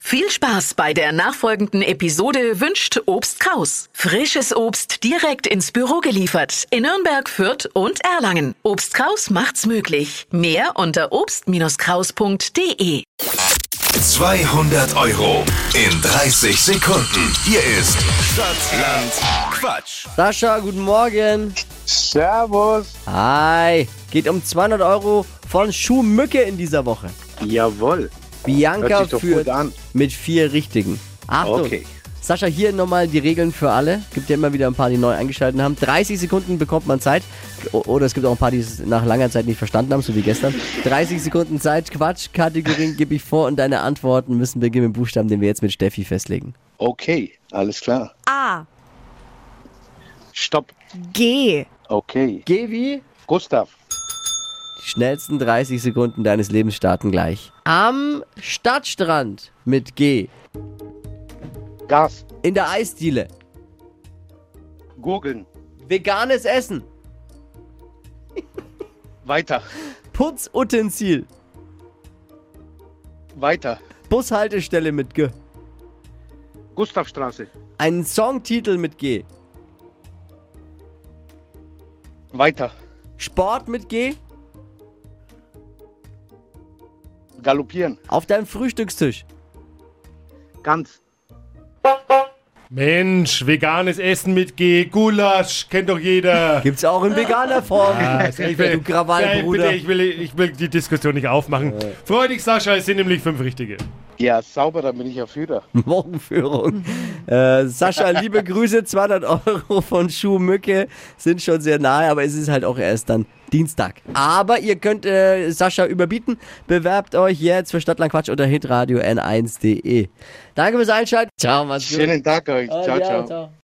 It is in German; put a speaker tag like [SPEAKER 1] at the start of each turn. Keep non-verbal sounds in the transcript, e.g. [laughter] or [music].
[SPEAKER 1] Viel Spaß bei der nachfolgenden Episode wünscht Obst Kraus. Frisches Obst direkt ins Büro geliefert in Nürnberg, Fürth und Erlangen. Obst Kraus macht's möglich. Mehr unter obst-kraus.de.
[SPEAKER 2] 200 Euro in 30 Sekunden. Hier ist Stadtland Quatsch.
[SPEAKER 3] Sascha, guten Morgen.
[SPEAKER 4] Servus.
[SPEAKER 3] Hi. Geht um 200 Euro von Schuhmücke in dieser Woche.
[SPEAKER 4] Jawohl.
[SPEAKER 3] Bianca
[SPEAKER 4] Hört sich doch
[SPEAKER 3] führt
[SPEAKER 4] gut an.
[SPEAKER 3] mit vier Richtigen. Achtung.
[SPEAKER 4] Okay.
[SPEAKER 3] Sascha, hier nochmal die Regeln für alle. Gibt ja immer wieder ein paar, die neu eingeschaltet haben. 30 Sekunden bekommt man Zeit. O- Oder es gibt auch ein paar, die es nach langer Zeit nicht verstanden haben, so wie gestern. 30 Sekunden Zeit, Quatsch, Kategorien gebe ich vor und deine Antworten müssen beginnen mit dem Buchstaben, den wir jetzt mit Steffi festlegen.
[SPEAKER 4] Okay, alles klar.
[SPEAKER 5] A.
[SPEAKER 4] Stopp.
[SPEAKER 5] G.
[SPEAKER 4] Okay.
[SPEAKER 3] Geh wie?
[SPEAKER 4] Gustav.
[SPEAKER 3] Die schnellsten 30 Sekunden deines Lebens starten gleich. Am Stadtstrand mit G.
[SPEAKER 4] Gas.
[SPEAKER 3] In der Eisdiele.
[SPEAKER 4] Gurgeln.
[SPEAKER 3] Veganes Essen.
[SPEAKER 4] Weiter.
[SPEAKER 3] Putzutensil.
[SPEAKER 4] Weiter.
[SPEAKER 3] Bushaltestelle mit G.
[SPEAKER 4] Gustavstraße.
[SPEAKER 3] Einen Songtitel mit G.
[SPEAKER 4] Weiter.
[SPEAKER 3] Sport mit G.
[SPEAKER 4] Galoppieren.
[SPEAKER 3] Auf deinem Frühstückstisch.
[SPEAKER 4] Ganz.
[SPEAKER 6] Mensch, veganes Essen mit G, Gulasch, kennt
[SPEAKER 3] [laughs]
[SPEAKER 6] doch jeder.
[SPEAKER 3] Gibt's auch in veganer Form.
[SPEAKER 6] [laughs]
[SPEAKER 3] du Krawallbruder.
[SPEAKER 6] Bitte, ich will, ich will die Diskussion nicht aufmachen. Freudig, Sascha, es sind nämlich fünf Richtige.
[SPEAKER 4] Ja, sauber, dann bin ich ja Führer.
[SPEAKER 3] Hm. [laughs] Morgenführung. Äh, Sascha, liebe Grüße. 200 Euro von Schuhmücke sind schon sehr nahe, aber es ist halt auch erst dann Dienstag. Aber ihr könnt äh, Sascha überbieten. Bewerbt euch jetzt für Stadtlandquatsch unter hitradio n1.de. Danke fürs Einschalten. Ciao, macht's gut.
[SPEAKER 4] Schönen Tag euch.
[SPEAKER 3] Ah,
[SPEAKER 4] ciao.
[SPEAKER 3] ja,
[SPEAKER 4] ciao.